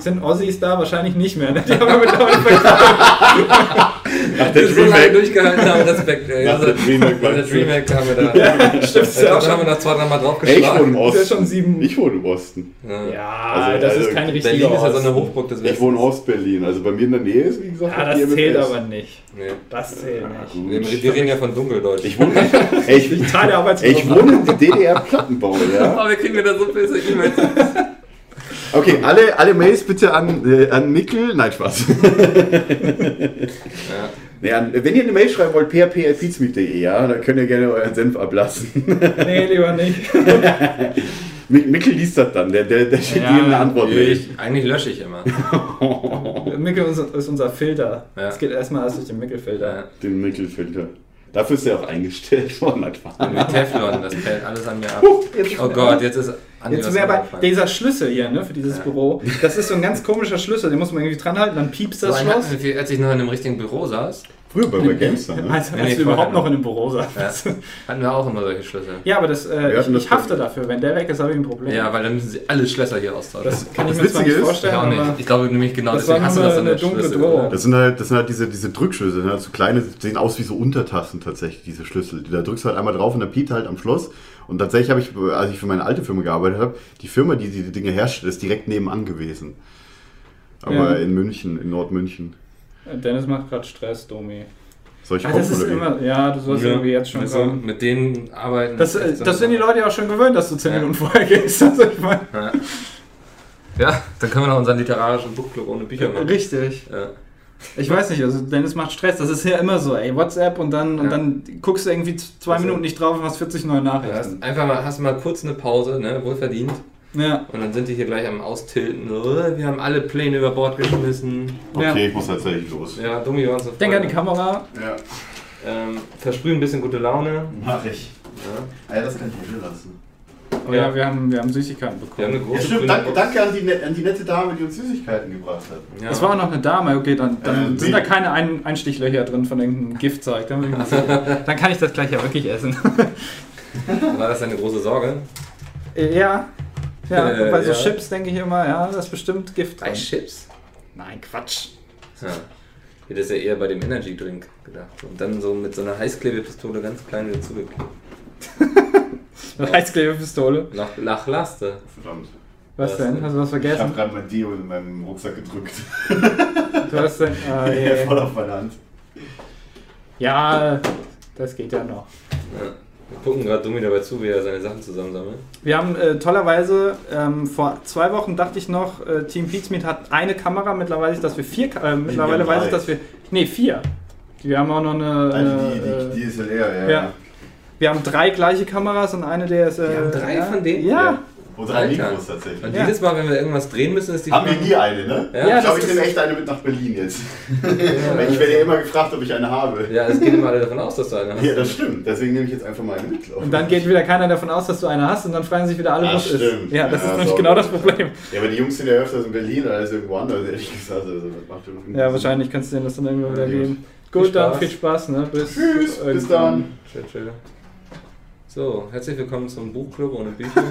Speaker 4: Sind Ossis da wahrscheinlich nicht mehr? Ne? Die haben wir mittlerweile vergessen.
Speaker 6: Nach
Speaker 2: Wir so lange durchgehalten haben, Respekt. Ey. Also,
Speaker 6: Nach der Dreamhack
Speaker 2: Nach der
Speaker 6: meinst du?
Speaker 2: Dreamhack haben wir da.
Speaker 4: Stimmt,
Speaker 2: Ich glaube, da haben wir noch zwei, dreimal drauf
Speaker 6: Ey, ich wohne
Speaker 2: geschlagen.
Speaker 6: im
Speaker 4: Das
Speaker 6: Osten.
Speaker 4: ist ja schon sieben.
Speaker 6: Ich wohne im Osten.
Speaker 2: Ja.
Speaker 4: Ja,
Speaker 6: Also,
Speaker 4: das
Speaker 6: also,
Speaker 4: ist kein richtiger
Speaker 2: Berlin ist ja so
Speaker 4: Ost.
Speaker 2: eine Hochburg des Westens.
Speaker 6: Ich wohne in Ostberlin. Also bei mir in der Nähe ist, wie gesagt,
Speaker 4: Ja,
Speaker 6: die
Speaker 4: das
Speaker 6: MFS.
Speaker 4: zählt aber nicht.
Speaker 2: Nee.
Speaker 4: Das zählt nicht.
Speaker 2: Wir, wir reden ja von Dunkeldeutsch.
Speaker 6: Ich wohne, ey, ich,
Speaker 4: Ich teile
Speaker 6: ey, ich
Speaker 4: Arbeitsgruppe.
Speaker 6: wohne im DDR-Plattenbau, ja.
Speaker 2: Oh, wir kriegen wieder so böse E-Mails.
Speaker 6: Okay, alle, alle Mails bitte an, äh, an Mickel. Nein, Spaß.
Speaker 2: Ja.
Speaker 6: Nee, an, wenn ihr eine Mail schreiben wollt, php.feedsmeet.de, ja, dann könnt ihr gerne euren Senf ablassen.
Speaker 4: Nee, lieber nicht.
Speaker 6: Mick- Mickel liest das dann, der, der, der schickt
Speaker 4: Ja,
Speaker 6: jedem eine Antwort. mit.
Speaker 2: Ich, eigentlich lösche ich immer.
Speaker 4: Mickel ist ist unser Filter.
Speaker 2: Ja.
Speaker 4: Es geht erstmal erst durch den Mickelfilter.
Speaker 2: Ja.
Speaker 6: Den Mickelfilter. Dafür ist er auch eingestellt worden, das war-
Speaker 2: Mit Teflon, das fällt alles an mir ab.
Speaker 4: Puh, jetzt-
Speaker 2: Oh Gott, jetzt ist Andi
Speaker 4: Jetzt
Speaker 2: was
Speaker 4: wäre aber
Speaker 2: angefangen.
Speaker 4: dieser Schlüssel hier, ne, für dieses Büro, das ist so ein ganz komischer Schlüssel, den muss man irgendwie dranhalten, dann piepst
Speaker 2: so
Speaker 4: das
Speaker 2: ein
Speaker 4: Schloss. Also,
Speaker 2: hatten wir, als ich noch in einem richtigen Büro saß,
Speaker 6: Früher bei, bei GameStar, ne?
Speaker 4: Als,
Speaker 2: Nee,
Speaker 4: als
Speaker 2: nee,
Speaker 4: du
Speaker 2: vorher
Speaker 4: überhaupt noch
Speaker 2: noch.
Speaker 4: in dem Büro saßt.
Speaker 2: Ja. hatten wir auch immer solche Schlüssel.
Speaker 4: Ja, aber das, äh,
Speaker 6: Wir
Speaker 4: ich,
Speaker 6: hatten
Speaker 4: ich
Speaker 6: das-
Speaker 4: hafte dafür. Wenn der weg ist, habe ich ein Problem.
Speaker 2: Ja, weil dann müssen sie alle Schlösser hier austauschen.
Speaker 4: das kann
Speaker 6: Das
Speaker 4: ich mir zwar
Speaker 6: Witzige
Speaker 4: nicht
Speaker 6: ist,
Speaker 2: ich,
Speaker 4: vorstellen,
Speaker 2: auch nicht.
Speaker 4: aber
Speaker 2: ich glaube nämlich genau,
Speaker 4: Das
Speaker 2: deswegen
Speaker 4: war
Speaker 2: hast du
Speaker 4: nur
Speaker 2: das an
Speaker 4: eine
Speaker 2: der
Speaker 4: dunkle
Speaker 2: Schlüssel.
Speaker 4: Drohung.
Speaker 6: Das sind halt, das sind halt diese, diese Drückschlüssel, ne? so kleine, sehen aus wie so Untertassen tatsächlich, diese Schlüssel. Da drückst du halt einmal drauf und dann piept halt am Schluss. Und tatsächlich habe ich, als ich für meine alte Firma gearbeitet habe, die Firma, die die Dinge herstellt, ist direkt nebenan gewesen. Aber
Speaker 4: Ja.
Speaker 6: in München, in Nordmünchen.
Speaker 4: Dennis macht gerade Stress, Domi.
Speaker 6: Soll ich
Speaker 4: Ah,
Speaker 6: kommen
Speaker 4: das ist
Speaker 6: oder wie?
Speaker 4: immer, ja, du sollst
Speaker 2: Ja.
Speaker 4: irgendwie jetzt schon
Speaker 2: also,
Speaker 4: kommen.
Speaker 2: mit denen arbeiten.
Speaker 4: Das,
Speaker 2: ist
Speaker 4: äh,
Speaker 2: echt so-
Speaker 4: das sind die Leute ja auch schon gewöhnt, dass du 10
Speaker 2: Ja.
Speaker 4: Minuten vorher gehst. Also ich meine,
Speaker 2: Ja. ja, dann können wir noch unseren literarischen Buchclub ohne Bücher machen.
Speaker 4: richtig.
Speaker 2: Ja.
Speaker 4: Ich weiß nicht, also Dennis macht Stress. Das ist ja immer so, ey, WhatsApp und dann, und
Speaker 2: Ja.
Speaker 4: dann guckst du irgendwie z- zwei
Speaker 2: Also-
Speaker 4: Minuten nicht drauf und hast 40 neue
Speaker 2: Du
Speaker 4: Nachrichten.
Speaker 2: hast einfach mal, hast mal kurz eine Pause, ne? wohlverdient.
Speaker 4: Ja.
Speaker 2: Und dann sind die hier gleich am Austilten. Oh, Wir haben alle Pläne über Bord geschmissen.
Speaker 6: Okay,
Speaker 4: ja.
Speaker 6: ich muss tatsächlich los.
Speaker 2: Ja, Dummi waren so
Speaker 4: Denk an die
Speaker 2: Kamera.
Speaker 4: Kamera.
Speaker 6: Ja,
Speaker 2: Ähm, versprühen ein bisschen gute Laune.
Speaker 3: Mach ich.
Speaker 2: Ja.
Speaker 6: Alter, Ah, das kann ich lassen.
Speaker 4: Oh ja, wir haben, wir haben Süßigkeiten bekommen.
Speaker 2: Wir haben eine große
Speaker 6: Ja, stimmt,
Speaker 2: grüne
Speaker 6: danke,
Speaker 2: Box.
Speaker 6: danke an, die, ne- an die nette Dame, die uns Süßigkeiten gebracht hat.
Speaker 2: Ja.
Speaker 4: Es war auch noch eine Dame, okay, dann, dann
Speaker 6: Äh,
Speaker 4: sind
Speaker 6: nee.
Speaker 4: da keine Ein Einstichlöcher drin von irgendeinem Giftzeug. Dann, bin ich mir sicher. dann kann ich das gleich ja wirklich essen.
Speaker 2: war das deine große Sorge?
Speaker 4: Äh, ja. Ja,
Speaker 2: Äh,
Speaker 4: bei so
Speaker 2: ja.
Speaker 4: Chips denke ich immer, ja, das ist bestimmt Gift.
Speaker 2: Drei
Speaker 4: Drin.
Speaker 2: Chips?
Speaker 4: Nein, Quatsch.
Speaker 2: Ja. Ich hätte es ja eher bei dem Energy Drink gedacht. Und dann so mit so einer Heißklebepistole ganz klein wieder zugeklebt.
Speaker 4: Eine Heißklebepistole.
Speaker 2: Nach, nach Laste.
Speaker 6: Verdammt.
Speaker 4: Was
Speaker 2: Was
Speaker 4: denn?
Speaker 2: denn?
Speaker 4: Hast du was
Speaker 6: Ich habe
Speaker 4: vergessen?
Speaker 6: gerade mein Deo in meinem Rucksack gedrückt.
Speaker 4: Du hast denn, ah,
Speaker 6: Yeah.
Speaker 4: je.
Speaker 6: Voll auf meine Hand.
Speaker 4: ja, das geht ja noch.
Speaker 2: Ja. Wir gucken gerade Dummi dabei zu, wie er seine Sachen zusammensammelt.
Speaker 4: Wir haben äh, tollerweise ähm, vor zwei Wochen dachte ich noch, äh, Team Pizmeet hat eine Kamera. Mittlerweile weiß ich, dass wir vier. Ka- Äh, mittlerweile
Speaker 6: haben
Speaker 4: weiß ich,
Speaker 6: drei.
Speaker 4: dass wir nee vier. Wir haben auch noch eine.
Speaker 6: Also die,
Speaker 4: eine,
Speaker 6: die, die ist leer, ja.
Speaker 4: Äh, ja.
Speaker 6: ja.
Speaker 5: Wir haben drei gleiche Kameras und eine der ist. Äh,
Speaker 2: Wir haben drei
Speaker 5: ja.
Speaker 2: von denen?
Speaker 4: Ja.
Speaker 6: Und drei
Speaker 2: Alter.
Speaker 6: Mikros
Speaker 2: Und
Speaker 6: tatsächlich.
Speaker 5: Ja.
Speaker 2: jedes Mal, wenn wir irgendwas drehen müssen, ist die
Speaker 6: Haben wir nie eine, ne?
Speaker 2: Ja,
Speaker 6: ich glaube,
Speaker 5: das
Speaker 6: ich
Speaker 5: ist-
Speaker 6: nehme echt eine mit nach Berlin jetzt. Weil ich werde ja immer gefragt, ob ich eine habe.
Speaker 2: Ja, es gehen immer alle davon aus, dass du eine hast.
Speaker 6: Ja, das stimmt. Deswegen nehme ich jetzt einfach mal eine mit. glaub ich.
Speaker 4: Und dann geht wieder keiner davon aus, dass du eine hast und dann fragen sich wieder alle,
Speaker 6: Ah,
Speaker 4: was
Speaker 6: stimmt.
Speaker 4: ist. Ja, das
Speaker 6: Ja,
Speaker 4: ist nämlich
Speaker 6: so.
Speaker 4: genau das Problem.
Speaker 6: Ja, aber die Jungs sind ja öfters in Berlin als irgendwo anders, ehrlich gesagt. Also, das macht überhaupt keinen
Speaker 4: Ja,
Speaker 6: Sinn.
Speaker 4: wahrscheinlich kannst du denen das dann irgendwann wieder
Speaker 6: Ja, gut.
Speaker 4: geben. Gut, dann
Speaker 2: Spaß.
Speaker 4: viel Spaß, ne? Bis,
Speaker 6: Tschüss, bis dann.
Speaker 2: Chill, chill. So, herzlich willkommen zum Buchclub ohne Bücher.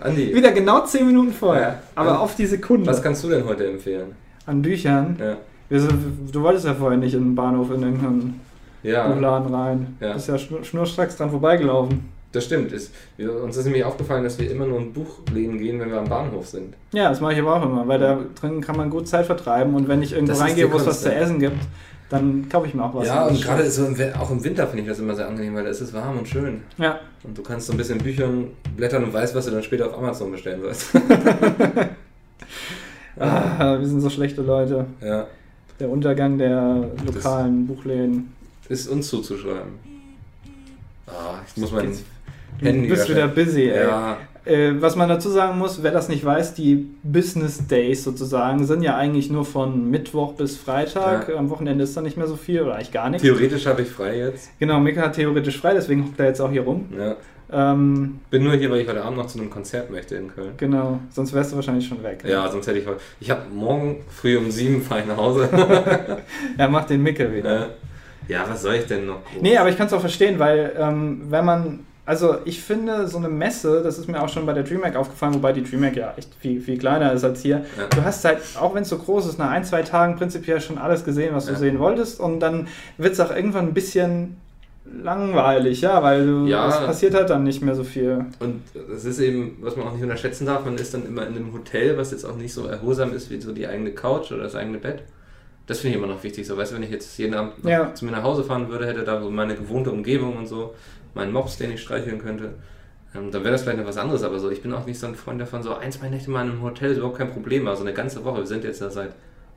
Speaker 2: Andi,
Speaker 4: Wieder genau 10 Minuten vorher.
Speaker 2: Ja.
Speaker 4: Aber
Speaker 2: Ja.
Speaker 4: auf die Sekunde.
Speaker 2: was kannst du denn heute empfehlen?
Speaker 4: An Büchern.
Speaker 2: Ja.
Speaker 4: Wir sind, du wolltest ja vorher nicht in den Bahnhof in irgendeinen
Speaker 2: Ja,
Speaker 4: Buchladen rein.
Speaker 2: Ja.
Speaker 4: Bist ja schnur, schnurstracks dran vorbeigelaufen.
Speaker 2: das stimmt. Ist, wir, uns ist nämlich aufgefallen, dass wir immer nur in Buchläden gehen, wenn wir am Bahnhof sind.
Speaker 4: Ja, das mache ich aber auch immer, weil da drin kann man gut Zeit vertreiben und wenn ich irgendwo
Speaker 2: Das ist
Speaker 4: reingehe,
Speaker 2: die
Speaker 4: wo es
Speaker 2: Kunst,
Speaker 4: was zu
Speaker 2: ja.
Speaker 4: essen gibt, dann kaufe ich mir auch was.
Speaker 2: ja, und gerade so im, We- auch im Winter finde ich das immer sehr angenehm, weil da ist es warm und schön.
Speaker 4: Ja,
Speaker 2: Und du kannst so ein bisschen Büchern blättern und weißt, was du dann später auf Amazon bestellen sollst. ja.
Speaker 4: ah, wir sind so schlechte Leute.
Speaker 2: ja,
Speaker 4: Der Untergang der lokalen Buchläden.
Speaker 2: ist uns zuzuschreiben. Ah, ich muss mein
Speaker 4: Jetzt-
Speaker 2: Handy
Speaker 4: Du bist wieder
Speaker 2: waschen.
Speaker 4: busy, ey.
Speaker 2: Ja,
Speaker 4: Äh, was man dazu sagen muss, wer das nicht weiß, die Business Days sozusagen sind ja eigentlich nur von Mittwoch bis Freitag.
Speaker 2: Ja.
Speaker 4: Am Wochenende ist da nicht mehr so viel oder eigentlich gar nichts.
Speaker 2: theoretisch habe ich frei jetzt.
Speaker 4: Genau, Mika hat theoretisch frei, deswegen hockt er jetzt auch hier rum.
Speaker 2: Ja.
Speaker 4: Ähm,
Speaker 2: Bin nur hier, weil ich heute Abend noch zu einem Konzert möchte in Köln.
Speaker 4: genau, sonst wärst du wahrscheinlich schon weg.
Speaker 2: Ja, sonst hätte ich heute. Ich habe morgen früh um sieben fahre ich nach Hause.
Speaker 4: Er macht den Micke wieder.
Speaker 2: Äh, ja, was soll ich denn noch? groß?
Speaker 4: Nee, aber ich kann es auch verstehen, weil ähm, wenn man, also ich finde so eine Messe, das ist mir auch schon bei der DreamHack aufgefallen, wobei die DreamHack ja echt viel, viel kleiner ist als hier.
Speaker 2: Ja.
Speaker 4: Du hast halt, auch wenn es so groß ist, nach ein, zwei Tagen prinzipiell schon alles gesehen, was du
Speaker 2: Ja.
Speaker 4: sehen wolltest und dann wird es auch irgendwann ein bisschen langweilig, ja, weil du,
Speaker 2: Ja.
Speaker 4: es passiert halt dann nicht mehr so viel.
Speaker 2: Und das ist eben, was man auch nicht unterschätzen darf, man ist dann immer in einem Hotel, was jetzt auch nicht so erholsam ist wie so die eigene Couch oder das eigene Bett. Das finde ich immer noch wichtig. So, weißt du, wenn ich jetzt jeden Abend noch
Speaker 4: Ja.
Speaker 2: zu mir nach Hause fahren würde, hätte da so meine gewohnte Umgebung und so, meinen Mops, den ich streicheln könnte, ähm, dann wäre das vielleicht noch was anderes. Aber so, ich bin auch nicht so ein Freund davon, so ein, zwei Nächte mal in einem Hotel ist überhaupt kein Problem. Also eine ganze Woche, wir sind jetzt ja seit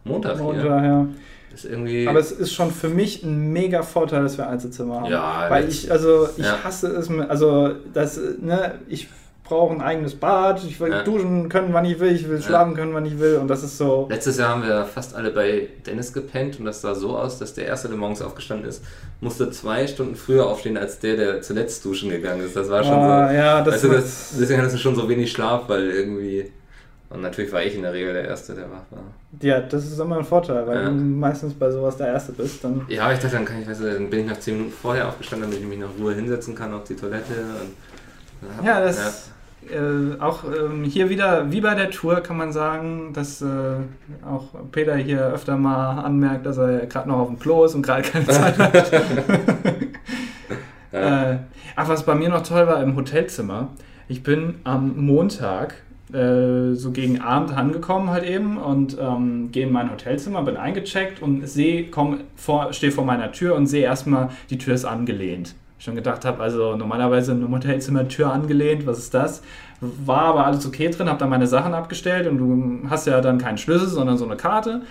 Speaker 2: Montag
Speaker 4: Und
Speaker 2: hier.
Speaker 4: daher.
Speaker 2: Das ist irgendwie.
Speaker 4: Aber es ist schon für mich ein mega Vorteil, dass wir Einzelzimmer haben.
Speaker 2: Ja,
Speaker 4: Weil
Speaker 2: das-
Speaker 4: ich, also ich
Speaker 2: ja.
Speaker 4: hasse es, mir- also das, ne, ich brauche ein eigenes Bad, ich will
Speaker 2: Ja.
Speaker 4: duschen können, wann ich will, ich will schlafen können, wann ich will und das ist so,
Speaker 2: Letztes Jahr haben wir fast alle bei Dennis gepennt und das sah so aus, dass der Erste, der morgens aufgestanden ist, musste zwei Stunden früher aufstehen als der, der zuletzt duschen gegangen ist. Das war schon
Speaker 4: Ah,
Speaker 2: so.
Speaker 4: ja, das halt,
Speaker 2: weißt du,
Speaker 4: macht-
Speaker 2: das, deswegen hattest du schon so wenig Schlaf, weil irgendwie. Und natürlich war ich in der Regel der Erste, der wach war.
Speaker 4: ja, das ist immer ein Vorteil, weil
Speaker 2: Ja.
Speaker 4: du meistens bei sowas der Erste bist, dann
Speaker 2: Ja, aber ich dachte, dann kann ich, weißt du, dann bin ich noch zehn Minuten vorher aufgestanden, damit ich mich noch Ruhe hinsetzen kann auf die Toilette. Und,
Speaker 4: Ja, das Äh, auch ähm, hier wieder, wie bei der Tour, kann man sagen, dass äh, auch Peter hier öfter mal anmerkt, dass er gerade noch auf dem Klo ist und gerade keine Zeit hat.
Speaker 2: Ja.
Speaker 4: äh, ach, was bei mir noch toll war im Hotelzimmer, ich bin am Montag äh, so gegen Abend angekommen halt eben und ähm, gehe in mein Hotelzimmer, bin eingecheckt und sehe, komm vor, stehe vor meiner Tür und sehe erstmal, die Tür ist angelehnt. Schon gedacht habe, also normalerweise in einem Hotelzimmer Tür angelehnt, was ist das? War aber alles okay drin, habe dann meine Sachen abgestellt und du hast ja dann keinen Schlüssel, sondern so eine Karte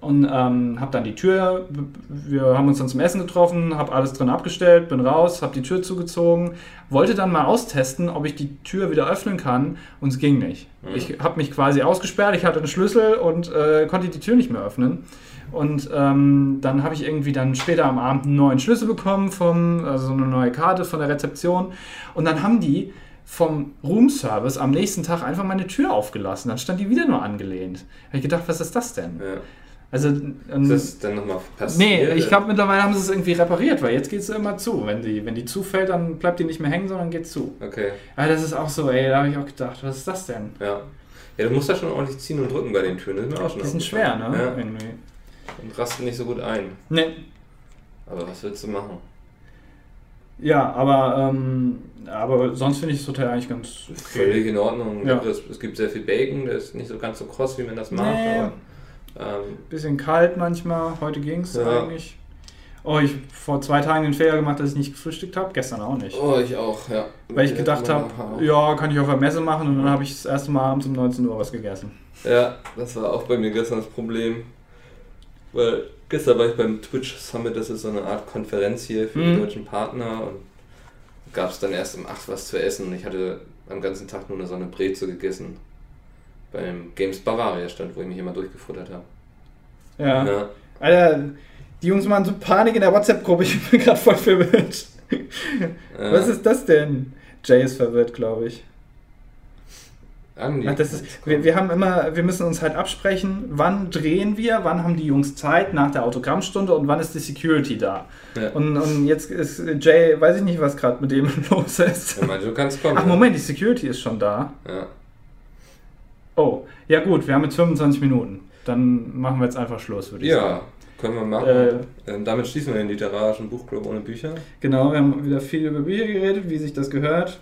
Speaker 4: und ähm, habe dann die Tür, wir haben uns dann zum Essen getroffen, habe alles drin abgestellt, bin raus, habe die Tür zugezogen, wollte dann mal austesten, ob ich die Tür wieder öffnen kann und es ging nicht. Ich habe mich quasi ausgesperrt, ich hatte einen Schlüssel und äh, konnte die Tür nicht mehr öffnen. Und ähm, dann habe ich irgendwie dann später am Abend einen neuen Schlüssel bekommen, vom, also eine neue Karte von der Rezeption. Und dann haben die vom Roomservice am nächsten Tag einfach meine Tür aufgelassen. Dann stand die wieder nur angelehnt. Habe ich gedacht, was ist das denn?
Speaker 2: Ja. ja.
Speaker 4: Also, ähm,
Speaker 2: Ist das dann nochmal
Speaker 4: nee,
Speaker 2: passiert?
Speaker 4: ich glaube, mittlerweile haben sie es irgendwie repariert, weil jetzt geht es immer zu. Wenn die, wenn die zufällt, dann bleibt die nicht mehr hängen, sondern geht zu.
Speaker 2: Okay,
Speaker 4: Aber das ist auch so, ey, da habe ich auch gedacht, was ist das denn?
Speaker 2: ja. Ja, du musst da schon ordentlich ziehen und drücken bei den Türen. Das ist mir auch schon
Speaker 4: Die sind schwer,
Speaker 2: aufgefallen.
Speaker 4: ne?
Speaker 2: Ja.
Speaker 4: Irgendwie.
Speaker 2: Und rasten nicht so gut ein.
Speaker 4: Nee.
Speaker 2: Aber was willst du machen?
Speaker 4: Ja, aber, ähm, aber sonst finde ich das Hotel eigentlich ganz okay.
Speaker 2: Völlig in Ordnung.
Speaker 4: Ja.
Speaker 2: Es, es gibt sehr viel Bacon, der ist nicht so ganz so kross, wie man das mag.
Speaker 4: Nee.
Speaker 2: Aber, ähm,
Speaker 4: Bisschen kalt manchmal, heute ging es
Speaker 2: Ja.
Speaker 4: eigentlich. Oh, ich hab vor zwei Tagen den Fehler gemacht, dass ich nicht gefrühstückt habe, gestern auch nicht.
Speaker 2: oh, ich auch, ja.
Speaker 4: weil ich gedacht habe, ja, kann ich auf der Messe machen und dann habe ich das erste Mal abends um 19 Uhr was gegessen.
Speaker 2: Ja, das war auch bei mir gestern das Problem. Weil Gestern war ich beim Twitch Summit, das ist so eine Art Konferenz hier für die
Speaker 4: Mhm.
Speaker 2: deutschen Partner und gab es dann erst um 8 was zu essen und ich hatte am ganzen Tag nur eine so eine Breze gegessen. Beim Games Bavaria stand, wo ich mich immer durchgefuttert habe.
Speaker 4: Ja.
Speaker 2: Ja.
Speaker 5: Alter, die Jungs machen so Panik in der WhatsApp-Gruppe. Ich bin gerade voll verwirrt.
Speaker 2: Äh,
Speaker 5: Was ist das denn? Jay ist verwirrt, glaube ich.
Speaker 2: Andi,
Speaker 4: Ach,
Speaker 5: Das ist, wir, wir haben immer, wir müssen uns halt absprechen, wann drehen wir, wann haben die Jungs Zeit nach der Autogrammstunde und wann ist die Security da.
Speaker 2: Ja.
Speaker 5: Und, und jetzt ist Jay, weiß ich nicht, was gerade mit dem los ist.
Speaker 2: Ja, meinte, du kannst kommen.
Speaker 5: Ach Moment, die Security ist schon da.
Speaker 2: Ja.
Speaker 4: Oh, ja gut, wir haben jetzt 25 Minuten. Dann machen wir jetzt einfach Schluss, würde ich
Speaker 2: ja, können wir machen.
Speaker 4: sagen. Äh,
Speaker 2: Ähm, damit schließen wir den literarischen Buchclub ohne Bücher.
Speaker 5: Genau, wir haben wieder viel über Bücher geredet, wie sich das gehört.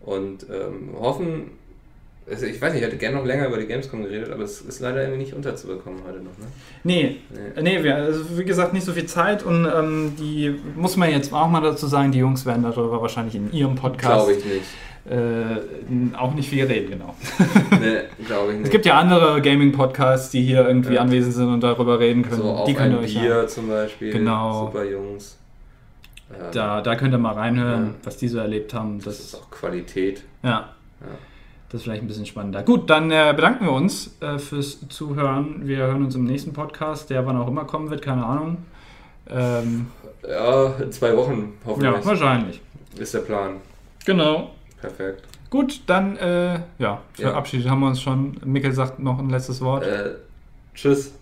Speaker 2: Und ähm, hoffen, also ich weiß nicht, ich hätte gerne noch länger über die Gamescom geredet, aber es ist leider irgendwie nicht unterzubekommen heute noch. Ne?
Speaker 4: nee,
Speaker 2: Nee.
Speaker 4: nee, wir, also wie gesagt, nicht so viel Zeit und ähm, die, muss man jetzt auch mal dazu sagen, die Jungs werden darüber wahrscheinlich in ihrem Podcast
Speaker 2: Glaube ich nicht.
Speaker 4: äh, auch nicht viel reden, genau.
Speaker 2: Nee, glaube ich nicht.
Speaker 4: Es gibt ja andere Gaming-Podcasts, die hier irgendwie
Speaker 2: Ja.
Speaker 4: anwesend sind und darüber reden können.
Speaker 2: so auf
Speaker 4: die könnt ihr
Speaker 2: ein
Speaker 4: euch
Speaker 2: Bier zum Beispiel.
Speaker 4: Genau.
Speaker 2: Super Jungs. Ähm,
Speaker 4: da, da könnt ihr mal reinhören,
Speaker 2: Ja.
Speaker 4: was die so erlebt haben.
Speaker 2: Das
Speaker 4: Das,
Speaker 2: ist auch Qualität.
Speaker 4: ja,
Speaker 2: Ja.
Speaker 4: das ist vielleicht ein bisschen spannender. Gut, dann äh, bedanken wir uns äh, fürs Zuhören. Wir hören uns im nächsten Podcast, der wann auch immer kommen wird, keine Ahnung. Ähm,
Speaker 2: ja, in zwei Wochen
Speaker 4: ja,
Speaker 2: hoffentlich
Speaker 4: wahrscheinlich.
Speaker 2: ist der Plan.
Speaker 4: Genau.
Speaker 2: Perfekt.
Speaker 4: Gut, dann äh, ja,
Speaker 2: Ja.
Speaker 4: verabschiedet haben wir uns schon. Mikkel sagt noch ein letztes Wort.
Speaker 2: Äh, tschüss.